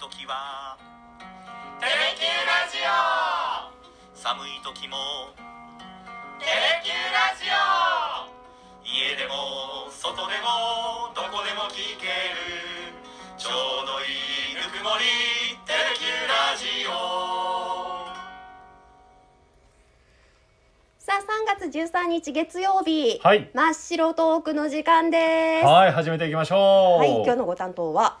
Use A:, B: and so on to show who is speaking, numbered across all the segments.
A: 時は
B: テレキューラジオ
A: 寒い時も
B: テレキューラジオ
A: 家でも外でもどこでも聞けるちょうどいいぬくもりテレキューラジオ
C: さあ3月13日月曜日、
D: はい
C: 真っ白トークの時間です。は
D: はい始めていきましょう。
C: い、今日のご担当は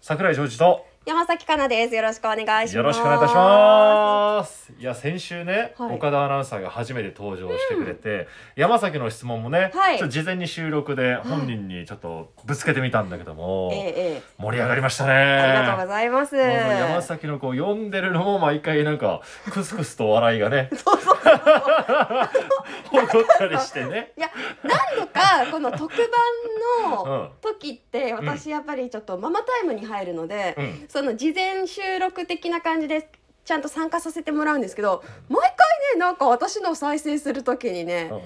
D: 桜井ジョージと
C: 山崎かなです。よろしくお願いします。
D: よろしくお願いいたします。いや先週ね、
C: はい
D: 岡田アナウンサーが初めて登場してくれて、山崎の質問もね、
C: はい
D: ちょっと事前に収録で本人にちょっとぶつけてみたんだけども、
C: えええ
D: 盛り上がりましたね。
C: え、ありがとうございます。
D: もうその山崎のこう読んでるのも毎回なんかクスクスと笑いがね
C: そうそう。
D: 起こったりし てね。
C: いや何度かこの特番
D: う
C: の
D: ん
C: 時って私やっぱりちょっとママタイムに入るので、
D: うん
C: その事前収録的な感じでちゃんと参加させてもらうんですけど毎回ねなんか私のを再生する時にね、
D: うん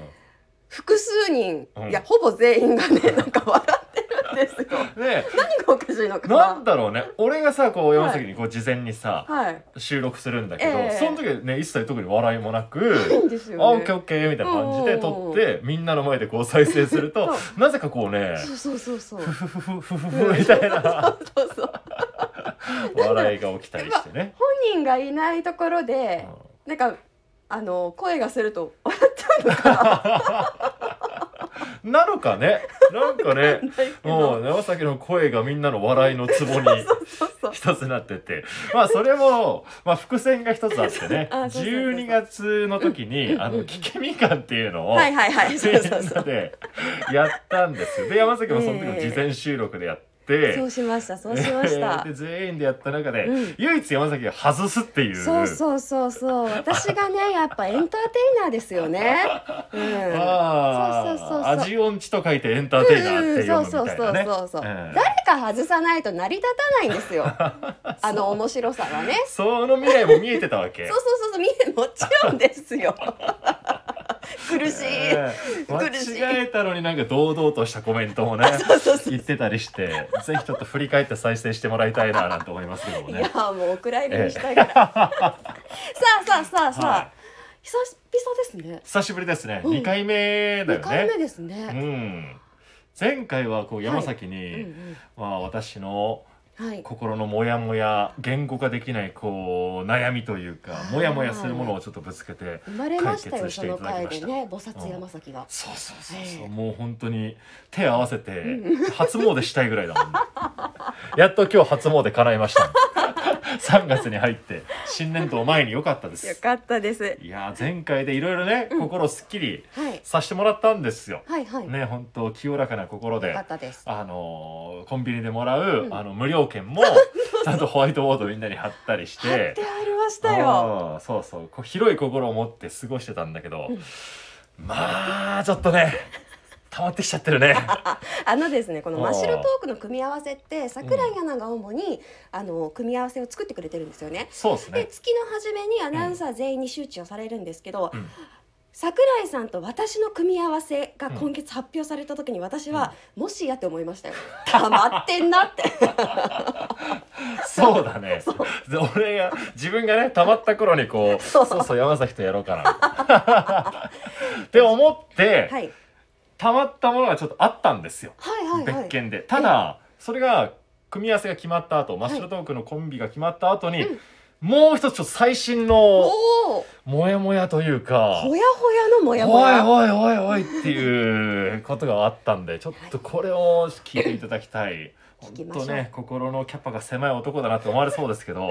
C: 複数人、
D: うん
C: いやほぼ全員がねなんか笑ってるん ですよ
D: で
C: 何がおかしいのか
D: なんだろうね俺がさこう山崎にこう事前にさ、
C: はい
D: 収録するんだけど、
C: ええ
D: その時はね一切特に笑いもな
C: ない
D: く
C: んです
D: 「
C: よ
D: あオッ
C: ね
D: ケーオッケー」みたいな感じ
C: う
D: で
C: ん
D: 撮ってみんなの前でこう再生するとなぜかこうね
C: そうそうそうそう
D: 「ふふふふふ」みたいな
C: そうそう
D: 笑いが起きたりしてね。
C: 本人がいないところで、なんかあの声がすると笑っちゃうのか
D: うんなのかねなんかね
C: わかんないけ
D: もう
C: ど
D: 山崎の声がみんなの笑いのツボに
C: そうそう
D: 一つなっててまあそれも、まあ、伏線が一つあってね
C: あそうそうそう
D: 12月の時にあの危機みかんっていうのを
C: はいはい はいそうそう
D: みん
C: そ
D: な
C: う
D: でやったんですよで山崎もその時の事前収録でやって、
C: そうしましたそうしました
D: で全員でやった中で、
C: うん
D: 唯一山崎が外すっていう
C: そうそうそうそう私がねやっぱエンターテイナーですよねうん
D: あー
C: そうそうそうそう
D: 味音痴と書いてエンターテイナーって
C: そう
D: 読
C: そ
D: む
C: う
D: み
C: そ
D: たいな
C: う
D: ね
C: そうそう、
D: うん
C: 誰か外さないと成り立たないん ですよあの面白さがね
D: その未来も見えてたわけ
C: そうそうそうそう見えもちろんですよ苦しい、
D: ええ
C: 苦しい
D: 間違えたのになんか堂々としたコメントもね言ってたりしてぜひちょっと振り返って再生してもらいたいななんて思いますけども
C: い
D: ね
C: やもうお蔵入りにしたいから、さあさあさあさあ、
D: はい
C: 久々ですね
D: 久しぶりですね、
C: うん
D: 二回目だ
C: 二
D: よ
C: 回
D: ね
C: 目です
D: う
C: ね、
D: ん前回はこう山崎に、
C: うん
D: まあ、私の
C: うん、はい
D: 心のモヤモヤ言語化できないこう悩みというかモヤモヤするものをちょっとぶつけて
C: 生まれました
D: 解
C: よ
D: 決し
C: そ
D: てい
C: の
D: ただき
C: 回
D: ま
C: で
D: した
C: ね菩薩山崎が、
D: そうそうそうそう、
C: ええ
D: もう本当に手合わせて初詣したいぐらいだもん、ね、 やっと今日初詣叶いました 3月に入って新年度前に良かったで
C: よ
D: す
C: かったです
D: いやー前回でいろいろね心すっきり
C: はい
D: させてもらったんですよ、
C: はいはい、
D: ね本当清らかな心
C: よ
D: で
C: かったです
D: あのーコンビニでもらう、
C: うん
D: あの無料 券もちゃんとホワイトボードみんなに貼ったりし
C: 貼って
D: て
C: ありましたよ
D: うんそうそうこう広い心を持って過ごしてたんだけど、
C: うん
D: まあちょっとね溜まってきちゃってる ね
C: あのですねこの
D: あー
C: 真っ白トークの組み合わせって桜井アナが主に、あの組み合わせを作ってくれてるんですよね。
D: そうです
C: で
D: ね
C: 月の初めにアナウンサー全員に周知をされるんですけど、
D: うん
C: 桜井さんと私の組み合わせが今月発表された時に私は、もしやって思いましたよ。溜まってんなって。
D: そうだね
C: そう
D: で俺が自分がね溜まった頃にこう
C: そ
D: そううそう山崎とやろうかなって思って、
C: はい、
D: 溜まったものがちょっとあったんですよ、
C: はいはいはい
D: 別件でただそれが組み合わせが決まった後マッシュルトークのコンビが決まった後に、
C: うん
D: もう一つちょっと最
C: お
D: 新の
C: お
D: モヤモヤというか
C: ほやほやのもやもや。
D: おいおいおいおいっていうことがあったんでちょっとこれを聞いていただきたい
C: 聞
D: 本
C: きましょう
D: 当ね心のキャパが狭い男だなって思われそうですけど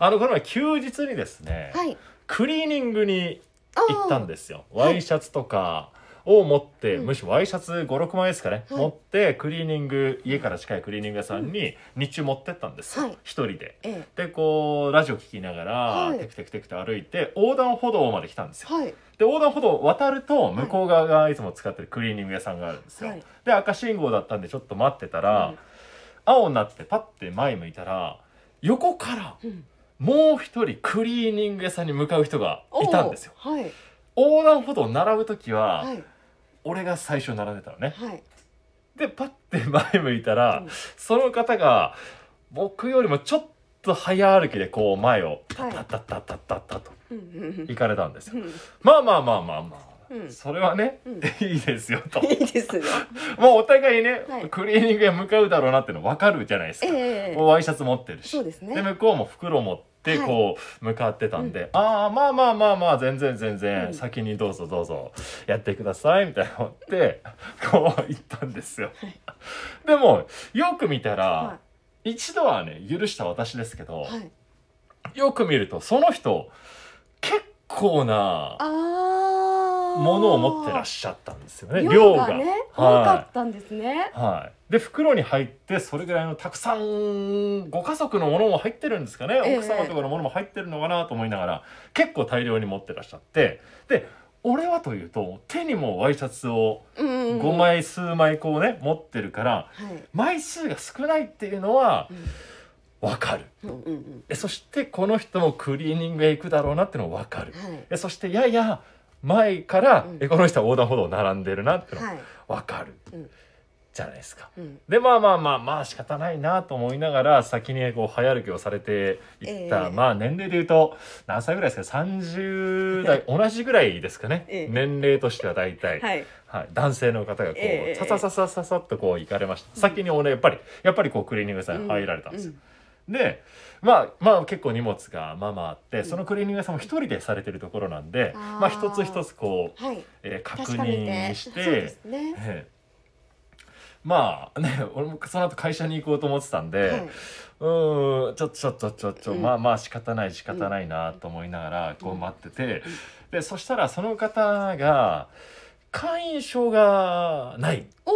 D: あのこの前休日にですね、
C: はい。
D: クリーニングに
C: あー
D: 行ったんですよ。
C: はい
D: ワイシャツとかを持って、
C: うん
D: むしろワイシャツ56枚ですかね、
C: はい
D: 持ってクリーニング家から近いクリーニング屋さんに日中持ってったんですよ、
C: はい
D: 一人で。
C: ええ。
D: でこうラジオ聞きながら、
C: はい
D: テクテクテクと歩いて横断歩道まで来たんですよ。
C: はい。
D: で横断歩道を渡ると向こう側がいつも使ってるクリーニング屋さんがあるんですよ。
C: はい
D: で赤信号だったんでちょっと待ってたら、
C: うん
D: 青になってパッて前向いたら横から
C: うん
D: もう一人クリーニング屋さんに向かう人がいたんですよ。
C: おーはい。
D: 横断歩道並ぶ時は、
C: はい。
D: 俺が最初並んでたのね
C: はい。
D: でパッて前向いたら、
C: うん
D: その方が僕よりもちょっと早歩きでこう前をタ
C: はい
D: ッタッタッタッタッタッタッと
C: うんうん
D: 行かれたんですよ
C: うん
D: まあまあまあまあまあ、
C: うん
D: それはね、
C: うん
D: いいですよと
C: いいですね。
D: もうお互いね、
C: はい
D: クリーニングへ向かうだろうなっての分かるじゃないですか、
C: ええ
D: もうワイシャツ持ってるし
C: そうですね
D: 向こうも袋持って
C: はい
D: こう向かってたんで、ああまあまあまあまあ全然全
C: う
D: 然
C: ん
D: 先にどうぞどうぞやってくださいみたいな思って こう行ったんですよ、でもよく見たら、
C: は
D: 一度はね許した私ですけど、
C: い。はい。
D: よく見るとその人結構な
C: ああ。
D: ものを持ってらっしゃったんですよね量
C: 量
D: が
C: がね、多か
D: は
C: ったんですね
D: い、。はい、で袋に入ってそれぐらいのたくさんご家族のものも入ってるんですかね、
C: ええ
D: 奥様とかのものも入ってるのかなと思いながら結構大量に持ってらっしゃってで俺はというと手にもワイシャツを
C: うんうんうん
D: 5。枚数枚こうね持ってるから
C: はい。
D: 枚数が少ないっていうのは分かる
C: うんうんうん
D: えそしてこの人もクリーニングへ行くだろうなってのも分かる
C: うん。はい。
D: えそしてやや前から、
C: うん
D: えこの人は横断歩道並んでるなっての
C: はい。
D: 分かる、
C: うん
D: じゃないですか。
C: うん。
D: でまあまあまあまあ仕方ないなと思いながら先にこう早歩きをされていった、
C: ええ
D: まあ年齢でいうと何歳ぐらいですか30代 同じぐらいですかね、
C: ええ
D: 年齢としては大体、
C: はい。
D: はい、男性の方がこう、
C: ええ
D: ささささささっとこう行かれました、先に俺やっぱりやっぱりこうクリーニング屋さんに入られたんですよ、でまあまあ結構荷物がまあまああって、
C: ん
D: そのクリーニング屋さんも一人でされてるところなんで、
C: あー
D: まあ一つ一つこう、
C: うん。はい。
D: えー確
C: 確かめ
D: 認
C: て。
D: し
C: そうで
D: て
C: すね。
D: ええまあね俺もその後会社に行こうと思ってたんで、
C: はいう
D: ーんちょっとちょっとちょっと、
C: うん
D: まあまあ仕方ない仕方ないなと思いながらこう待ってて、でそしたらその方が会員証がない
C: お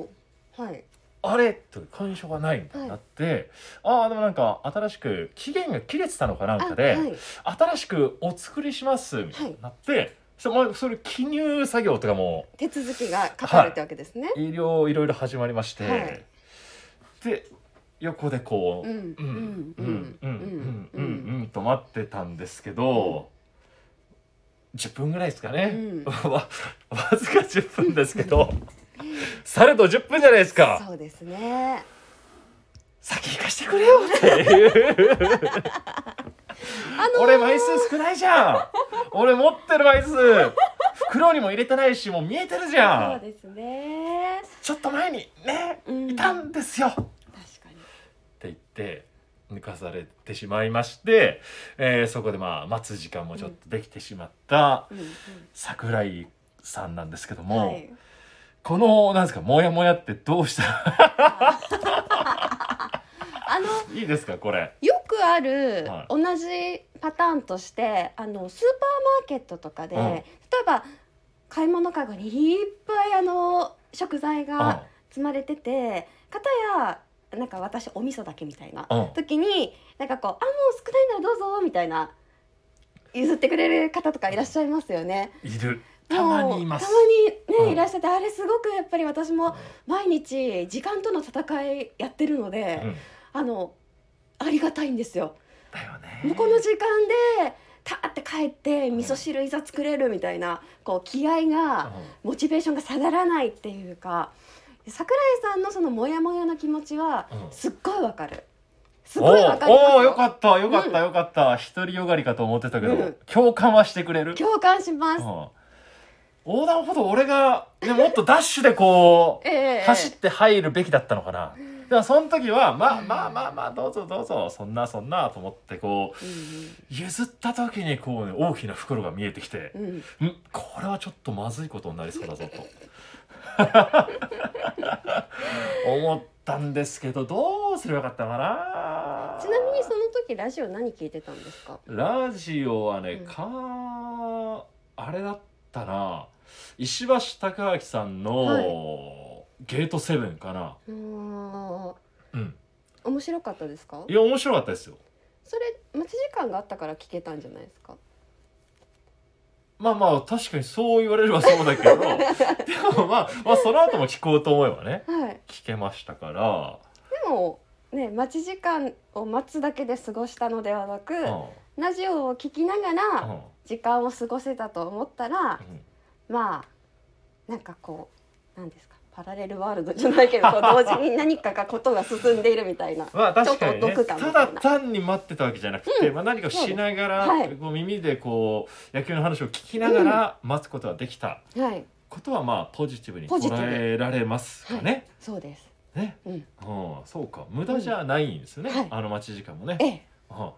C: お。はい。
D: あれと会員証がないみたいになって、ああでもなんか新しく期限が切れてたのかなん
C: あ
D: かで、
C: はい。
D: 新しくお作りしますみたいになって、そまあそれ記入作業とかも
C: 手続きが書かれたわけですね。
D: 医療いろいろ始まりまして、
C: はい
D: で横でこう、
C: うん
D: うんう
C: うんんう
D: う
C: んん
D: うん
C: う
D: う
C: ん
D: んうんと待ってたんですけど、10分ぐらいですかね、わわずか10分ですけどされど10分じゃないですか
C: そうですね。
D: 先行かしてくれよっていう
C: あのー
D: 俺枚数少ないじゃん俺持ってる枚数袋にも入れてないしもう見えてるじゃ
C: そうんですね。
D: ちょっと前にね
C: うん
D: いたんですよ、
C: 確かに。
D: って言って抜かされてしまいまして、えーそこでまあ待つ時間もちょっとできてしまった
C: うんうん
D: 桜井さんなんですけども、
C: はい。
D: このなんですかモヤモヤってどうした ら
C: あの。
D: いいですかこれ。
C: よくある
D: はい
C: 同じパターンとしてあのスーパーマーケットとかで、
D: うん
C: 例えば買い物かごにいっぱいあの食材が積まれてて片やなんか私お味噌だけみたいな
D: うん
C: 時になんかこう「あもう少ないならどうぞ」みたいな譲ってくれる方とかいらっしゃいますよね。
D: うん、いる
C: もう
D: たまにいます
C: た。まにね、
D: うん
C: いらっしゃってあれすごくやっぱり私も毎日時間との戦いやってるので、
D: うん、
C: あのありがたいんですよ。
D: だよね。
C: もうこの時間でたって帰って味噌汁いざ作れるみたいなこう気合がモチベーションが下がらないっていうか桜井さんのそのモヤモヤの気持ちは
D: うん
C: すっごいわかるす
D: うん
C: ごいわかります
D: おーおーよ
C: よ
D: かったよかった
C: う
D: よかった、独りよがりかと思ってたけど、
C: うん
D: 共感はしてくれる
C: 共感します、
D: うん横断歩道俺が、ね、もっとダッシュで こう、
C: ええ
D: 走って入るべきだったのかなでもその時はまあまあまあまあどうぞどうぞそんなそんなと思ってこう譲った時にこう、ね、大きな袋が見えてきて
C: う、んうんうん
D: んこれはちょっとまずいことになりそうだぞと 思ったんですけどどうすればよかったかな
C: ちなみにその時ラジオ何聞いてたんですか
D: ラジオはね、
C: うん
D: かあれだったな石橋貴明さんの、
C: はい
D: ゲートセブンかな
C: うーん
D: うん
C: 面白かったですか
D: いや面白かったですよ
C: それ待ち時間があったから聞けたんじゃないです か
D: まあまあ確かにそう言われればそうだけ どでもまあ、まあ、その後も聞こうと思えばね
C: はい
D: 聞けましたから、
C: でもね待ち時間を待つだけで過ごしたのではなく、
D: うん
C: ラジオを聞きなが
D: う
C: ら
D: ん
C: 時間を過ごせたと思ったら、まあなんかこうなんですかパラレルワールドじゃないけ どこう同時に何かがことが進んでいるみたいな
D: まあ確かに
C: ちょ
D: ね
C: っとお得感みた
D: た
C: いな
D: だ単に待ってたわけじゃなくて、まあ、何かをしながら、
C: はい
D: こう耳でこう野球の話を聞きながら待つことができた
C: はい
D: ことはまあポジティブに
C: ポジティ
D: 捉
C: ブ
D: えられますかね。
C: そうです
D: ね、
C: うん
D: うん、そうか無駄じゃないんですよね、
C: うんはい
D: あの待ち時間もね。
C: え
D: うん
C: え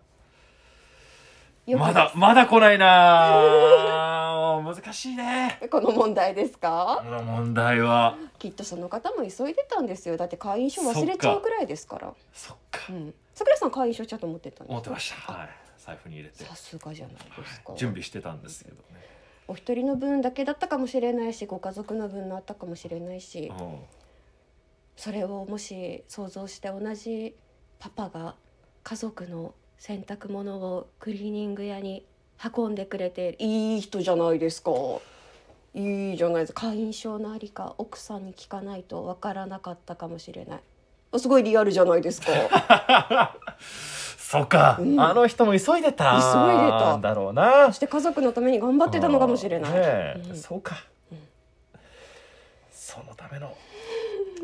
C: よか
D: ま
C: った
D: だまだ来ないな あもう難しいね
C: この問題です
D: こ
C: か
D: の問題は
C: きっとその方も急いでたんですよだって会員証忘れちゃうくらいですから
D: そっか
C: うん桜井さん会員証ちゃんと持ってたんですか
D: 思ってましたはい財布に入れて
C: さすがじゃないですか、
D: はい準備してたんですけどね
C: お一人の分だけだったかもしれないしご家族の分のあったかもしれないし
D: うん
C: それをもし想像して同じパパが家族の洗濯物をクリーニング屋に運んでくれていい人じゃないですかいいじゃないですか会員証のありか奥さんに聞かないとわからなかったかもしれないあすごいリアルじゃないですか
D: そっか、
C: うん
D: あの人も急いでた
C: 急いでた
D: んだろうな
C: そして家族のために頑張ってたのかもしれない、
D: ねえ
C: うん
D: そうか、そのための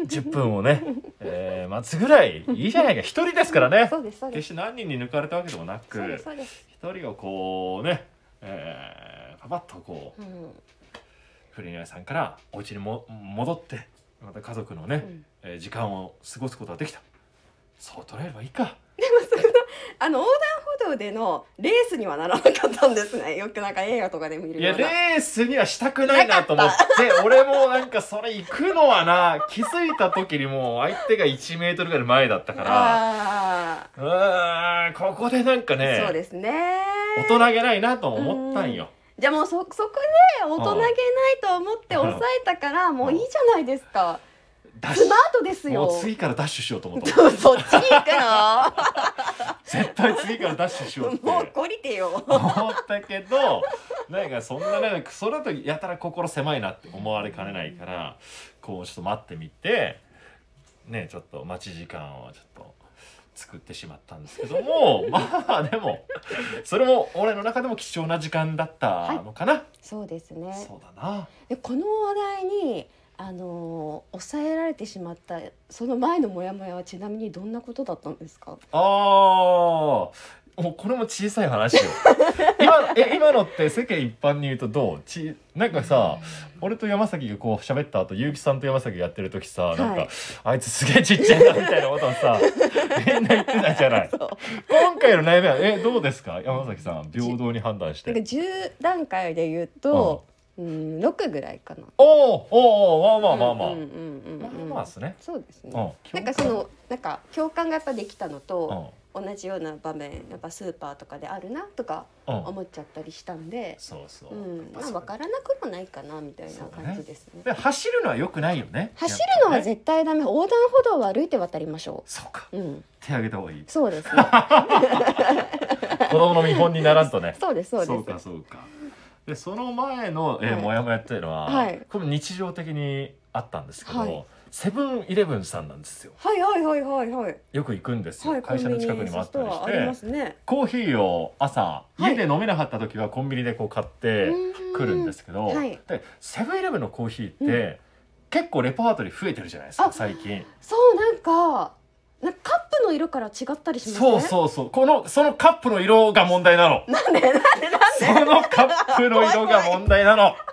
D: 10分をね、 えー、待つぐらいいいじゃないか一人ですからね
C: そうですそうで
D: 決し
C: す
D: て何人に抜かれたわけでもなく
C: そうですそうです、
D: 一人をこうね、えー、パパッとこう
C: うん
D: フリーナイさんからお家にも戻ってまた家族のね、
C: うん
D: えー時間を過ごすことができたそう捉えればいいか
C: あの横断歩道でのレースにはならなかったんですねよくなんか映画とかで見る
D: い
C: よう
D: や
C: な
D: レースにはしたくないなと思 って俺もなんかそれ行くのはな気づいた時にもう相手が1メートルぐらい前だったから
C: あ
D: うーんここでなんか
C: あ、そう
D: ね
C: ですね
D: 大人げないなと思ったんよ。
C: じゃあもうそそこで大人げないと思って抑えたからもういいじゃないですか
D: ダッシ
C: ス
D: ュ
C: マートですよ
D: もう次からダッシュしようと思った
C: そっちに行
D: 絶対次からダッシュし ようっ
C: く
D: て
C: のもう懲りてよ
D: 思ったけどなんかそんななんかそれだとやたら心狭いなって思われかねないからこうちょっと待ってみてねちょっと待ち時間をちょっと作ってしまったんですけどもまあでもそれも俺の中でも貴重な時間だったのかな、
C: そうですね
D: そうだな
C: でこの話題にあのー抑えられてしまったその前のモヤモヤはちなみにどんなことだったんですか
D: あーもうこれも小さい話よ 今のえ今のって世間一般に言うとどうちなんかさ俺と山崎がこう喋った後結城さんと山崎がやってる時さ、なん
C: は
D: か
C: い
D: あいつすげえちっちゃいなみたいなことを さみんな言ってたじゃない
C: そう
D: 今回の悩みはえどうですか山崎さん平等に判断し
C: なんか
D: て
C: 10段階で言うと、うん、6ぐらいかな
D: おおおおまあまあまあまあ、
C: うんうんうん
D: まあ
C: うん
D: まあですね、
C: そうですね、
D: うん、
C: なんかそのなんか共感がやっぱできたのと、
D: う
C: 同じような場面やっぱスーパーとかであるなとか
D: ん、うん、
C: 思っちゃったりしたんで、
D: そうそう、
C: うん、まあ
D: そう
C: 分からなくもないかなみたいな感じですね。
D: で走るのは良くないよね
C: 走るのは
D: やっぱね
C: 絶対ダメ。横断歩道は歩いて渡りましょ
D: そうか
C: う。うん、
D: 手挙げた方がいい
C: そうです ね。
D: 子供の見本にならんとね
C: そうですそう
D: そう
C: で
D: か
C: す。
D: そうかでその前の、えー
C: はい
D: モヤモヤっていうのは、
C: はい
D: これも日常的にあったんですけど、
C: はい
D: セブンイレブンさんなんですよ
C: はいはいはいはいはい。
D: よく行くんですよ、
C: はい、
D: 会社の近くにもあったり
C: コンビニエンスストアありま
D: して
C: すね。
D: コーヒーを朝
C: はい
D: 家で飲めなかった時はコンビニでこう買ってくるんですけど、
C: うんはい
D: でセブンイレブンのコーヒーって、結構レパートリー増えてるじゃないですか
C: あ
D: 最近
C: そうなんか、なんかカップの色から違ったりしますね。
D: そうそうそうこのそのカップの色が問題なの
C: なんでなんで
D: そのカップの色が問題なの。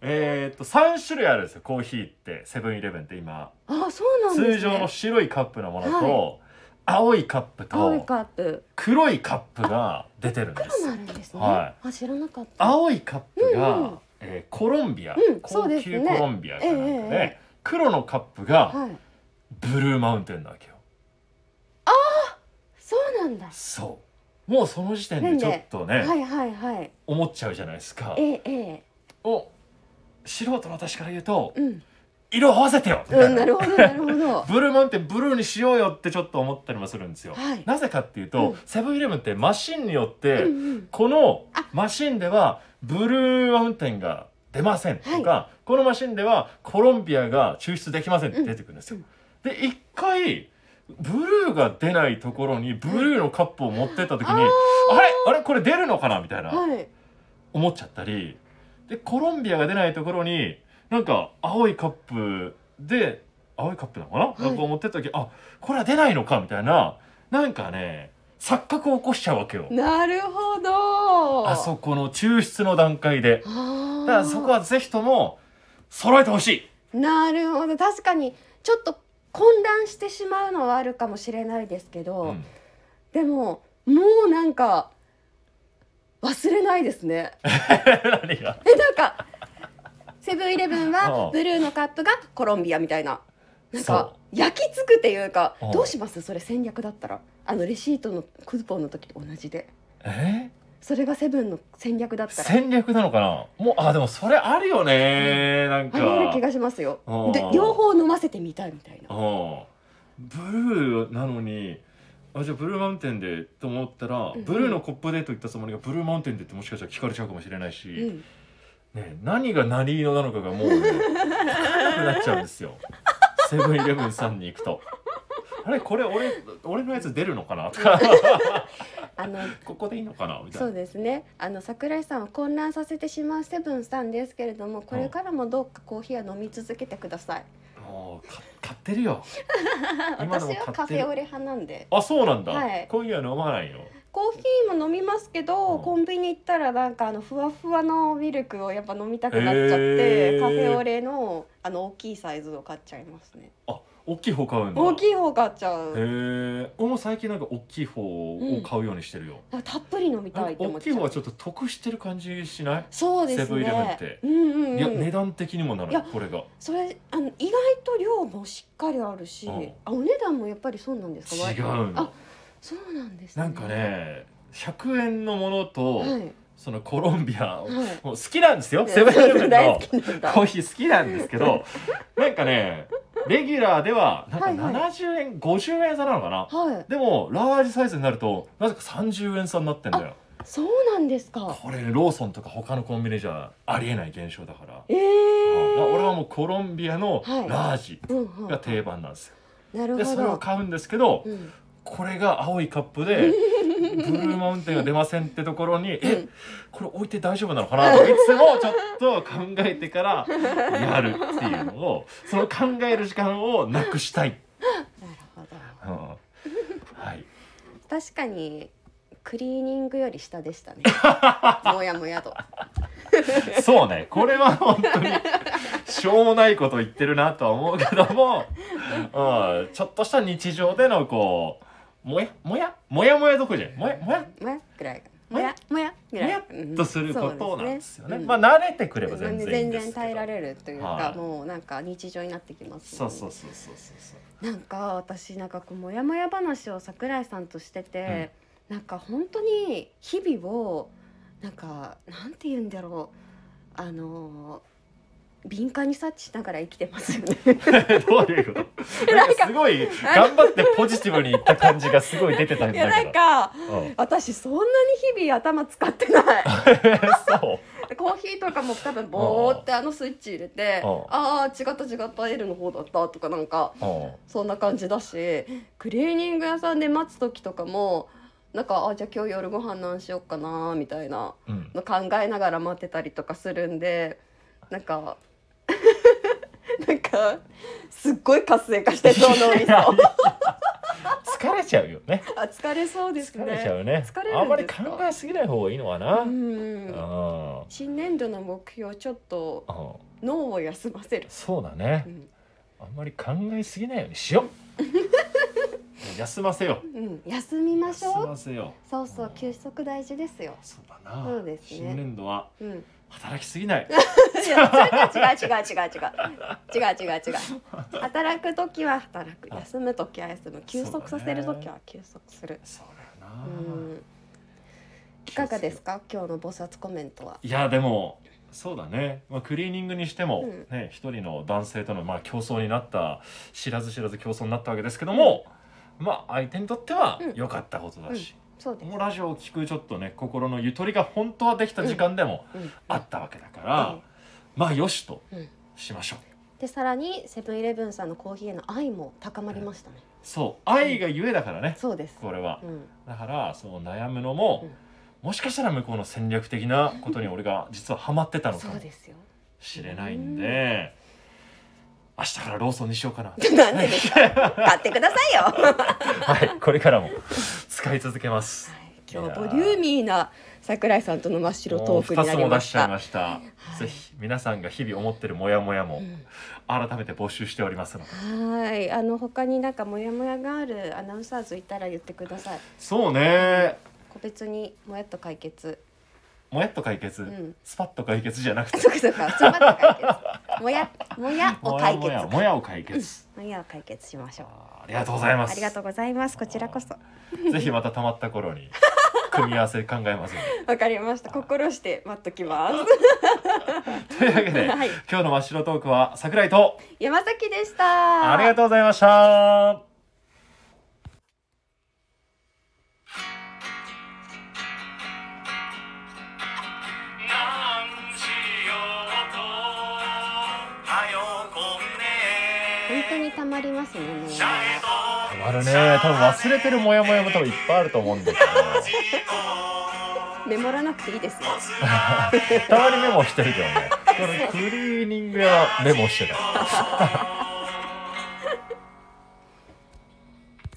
D: えーっと3種類あるんですよコーヒーってセブンイレブンって今、
C: あ、そうなんですね。
D: 通常の白いカップのものと、
C: は
D: 青いカップ
C: 青い
D: と
C: カップ。
D: 黒いカップが出てるんで
C: そう
D: す
C: なるんですね。
D: は
C: あ、知らなかった。
D: 青いカップが、
C: うんうん
D: えーコロンビア、
C: うんそう
D: 高
C: ですね
D: 級コロンビアかなんかで、
C: えええ
D: 黒のカップが
C: はい。
D: ブルーマウンテンなわけよ
C: そうなんだ。
D: そうもうその時点でちょっとね、
C: はいはいはい。
D: 思っちゃうじゃないですか
C: えええ
D: お素人の私から言うと、
C: え。うん。
D: 色合わせてよみた
C: う
D: い
C: ん、
D: な
C: なるほどなるほ ど。
D: ブルーマウンテンブルーにしようよってちょっと思ったりもするんですよ、
C: はい
D: なぜかっていうと、
C: うん
D: セブンイレブンってマシンによって、
C: うんうん。
D: この
C: あ
D: マシンではブルーマウンテンが出ませんとか、このマシンではコロンビアが抽出できませんって出てくるんですよ、で一回ブルーが出ないところにブルーのカップを持ってった時に、
C: あー
D: あれあれこれ出るのかなみたいな、
C: はい。
D: 思っちゃったりでコロンビアが出ないところになんか青いカップで青いカップなのかな、
C: い
D: なんか持ってった時あこれは出ないのかみたいななんかね錯覚を起こしちゃうわけよ
C: なるほど
D: あそこの抽出の段階で
C: あ
D: だ
C: ー
D: からそこはぜひとも揃えてほしい
C: なるほど確かにちょっと混乱してしまうのはあるかもしれないですけど、
D: うん
C: でももうなんか忘れないですね
D: 何が
C: えなんかセブンイレブン
D: う
C: は
D: ん
C: ブルーのカップがコロンビアみたいななんか
D: そ
C: 焼き付くっていうか
D: うん
C: どうしますそれ戦略だったらあのレシートのクーポンの時と同じで
D: え
C: それがセブンの戦略だったら
D: 戦略なのかなもうあでもそれあるよね、なん
C: あ
D: か
C: りえる気がしますよ
D: うん
C: で両方飲ませてみたいみたいな
D: ああブルーなのにあじゃあブルーマウンテンでと思ったら、
C: うん
D: ブルーのコップでと言ったつもりがブルーマウンテンでってもしかしたら聞かれちゃうかもしれないし、
C: うん
D: ね、何が何色なのかがもう、ね、分かんなくなっちゃうんですよセブンイレブンさんに行くと。あれこれ俺俺のやつ出るのかなとか
C: あの
D: ここでいいのかなみたい
C: そ
D: な
C: うですねあの桜井さんを混乱させてしまうセブンさんですけれどもこれからもどうかコーヒーは飲み続けてください
D: もうか買ってるよ今でも
C: 私は
D: 買
C: カ
D: っ
C: フ
D: てる
C: ェオレ派なんで
D: あそうなんだ、
C: はい
D: 今夜飲まないよ
C: コーヒーも飲みますけど、
D: うん
C: コンビニ行ったらなんかあのふわふわのミルクをやっぱ飲みたくなっちゃって、
D: へー
C: カフェオレのあの大きいサイズを買っちゃいますね
D: あ大きい方買うんだ
C: 大きい方買っちゃう
D: へえ俺も最近なんか大きい方を買うようにしてるよ、
C: なんかたっぷり飲みたいって思
D: 大
C: っ
D: き
C: ち
D: い
C: ゃ
D: 方は
C: う
D: ちょっと得してる感じしない、
C: そうですね
D: セブンイレブンって
C: うんうん、うん、
D: いや値段的にもなる
C: いや
D: これが
C: それあの意外と量もしっかりあるし、
D: うん
C: あお値段もやっぱりそうなんですか
D: 違う
C: あ
D: の
C: そうなんです、
D: なんかね100円のものと、
C: はい
D: そのコロンビアを、
C: はい
D: もう好きなんですよセブンイレブン
C: 大
D: の
C: 好きなんだ
D: コーヒー好きなんです けどなんかねレギュラーではなんか
C: はいはい
D: 70円、50円差なのかな
C: はい
D: でもラージサイズになるとなぜか30円差になってんだよ
C: そうなんですか
D: これローソンとか他のコンビニじゃありえない現象だから
C: ええ
D: うん
C: ー、
D: 俺はもうコロンビアの
C: はい
D: ラージ
C: うんうん、
D: が定番なんですよ、
C: なる
D: で
C: ほ
D: それを
C: ど
D: 買うんですけど
C: うん
D: これが青いカップ でブルーマウンテンが出ませんってところに、えこれ置いて大丈夫なのかなといつもちょっと考えてから やるっていうのをその考える時間をなくしたい、
C: なるほど
D: うんはい
C: 確かにクリーニングより下でした ねもやもやと
D: そうねこれは本当にしょうもないこと言ってるなとは思うけども、うん、ちょっとした日常でのこうもやもやもやもやどころじゃないもやもや
C: もやぐらいがも
D: もや
C: やもやぐ
D: も
C: ら
D: や
C: い
D: っとすることなんですよね。
C: うん
D: まあ慣れてくれば
C: 全
D: 全
C: 然
D: 然いいんですけど。
C: 耐えられるというか、
D: はい
C: もうなんか日常になってきます
D: そ
C: もん
D: う
C: ね
D: そうそうそうそうそ
C: なんか私なんかこうモヤモヤ話を桜井さんとしてて、なんか本当に日々をなんかなんて言うんだろうあのー敏感に察知しながら生きてますよね。
D: う。どういうこと？なんかすごい頑張ってポジティブにいった感じがすごい出てた
C: い
D: んだけ
C: や
D: ど。
C: なんか
D: うん
C: 私そんなに日々頭使って ない
D: そう。
C: コーヒーとかも多分ボーってあのスイッチ入れて
D: あ
C: ああー違った違った L の方だったとかなんか
D: うん
C: そんな感じだしクリーニング屋さんで待つ時とかもなんかあじゃあ今日夜ご飯何しよっかなみたいな
D: うん。
C: の考えながら待ってたりとかするんでなんか なんかすっごい活性化してそう脳み
D: いやい
C: そ
D: や疲れちゃうよね。
C: あ疲れそうですね
D: 疲れちゃうね。
C: 疲れるんですか
D: あんまり考えすぎない方がいいのかな。
C: う
D: うん。
C: ん
D: うん
C: 新年度の目標ちょっと脳を休ませる、
D: そうだね
C: う。ん
D: あんまり考えすぎないようにしよう。休ませよう。
C: うん、休みまし
D: 休
C: ょう
D: ませよう。
C: そうそう休息大事ですよ、
D: そうだな。
C: そうですね
D: 新年度は
C: うん、い
D: 働きすぎない。
C: やそれは違う違う違う違う違う違 う違う働く時は働く休む時は休む休息させる時は休息する
D: そうだよ
C: う
D: な。
C: んいかがですか今日の菩薩コメントはい
D: やでもそうだね、まあ、クリーニングにしても、
C: うん
D: ね一人の男性とのまあ競争になった知らず知らず競争になったわけですけども、まあ相手にとっては
C: うん
D: 良かったことだし、
C: そうです
D: このラジオを聞くちょっとね心のゆとりが本当はできた時間でも
C: うん
D: あったわけだから、
C: うん
D: まあよしと
C: うん
D: しましょう。
C: でさらにセブンイレブンさんのコーヒーへの愛も高まりましたね
D: そう愛がゆえだからね、
C: そうです
D: これは
C: う。ん
D: だからその悩むのも、
C: うん
D: もしかしたら向こうの戦略的なことに俺が実はハマってたのか
C: そ
D: も
C: うですよ
D: しれないんで、明日からローソンにしようか な
C: なんでですか買ってくださいよは
D: はいこれからも使い続けます
C: い今日はボリューミーな桜井さんとの真っ白
D: もう
C: トークにな
D: 2つ
C: り
D: も
C: ま
D: 出し
C: し
D: ちゃい
C: た
D: ました、ぜひ皆さんが日々思ってるモヤモヤも改めて募集しておりますので、
C: はいあの他になんかモヤモヤがあるアナウンサーズいたら言ってください
D: そうね
C: 個別にもやっと解決
D: もやっと解決、
C: ん
D: スパッと解決じゃなく
C: あ
D: て
C: そうかそうかちょっと待って解決もや もやを
D: も
C: 解
D: や
C: 決
D: もや
C: も
D: もやを解決、
C: やを解決しましょう
D: ありがとうございます
C: ありがとうございますこちらこそ
D: ぜひまた溜まった頃に組み合わせ考えますの
C: わかりました心して待っときます
D: でというわけで、
C: はい
D: 今日の真っ白トークは桜井と
C: 山崎でした
D: ありがとうございました
A: なんしようとはよこん
C: 本当
A: ね
C: にたまりますねもう
A: シャレと
D: たまるね多分忘れてるモヤモヤも多分いっぱいあると思うんだ
A: じ
D: けど
A: と
C: メモらなくていいですよ
A: おつまみ
D: たまにメモしてるけどねこれクリーニング屋はメモしてた
A: を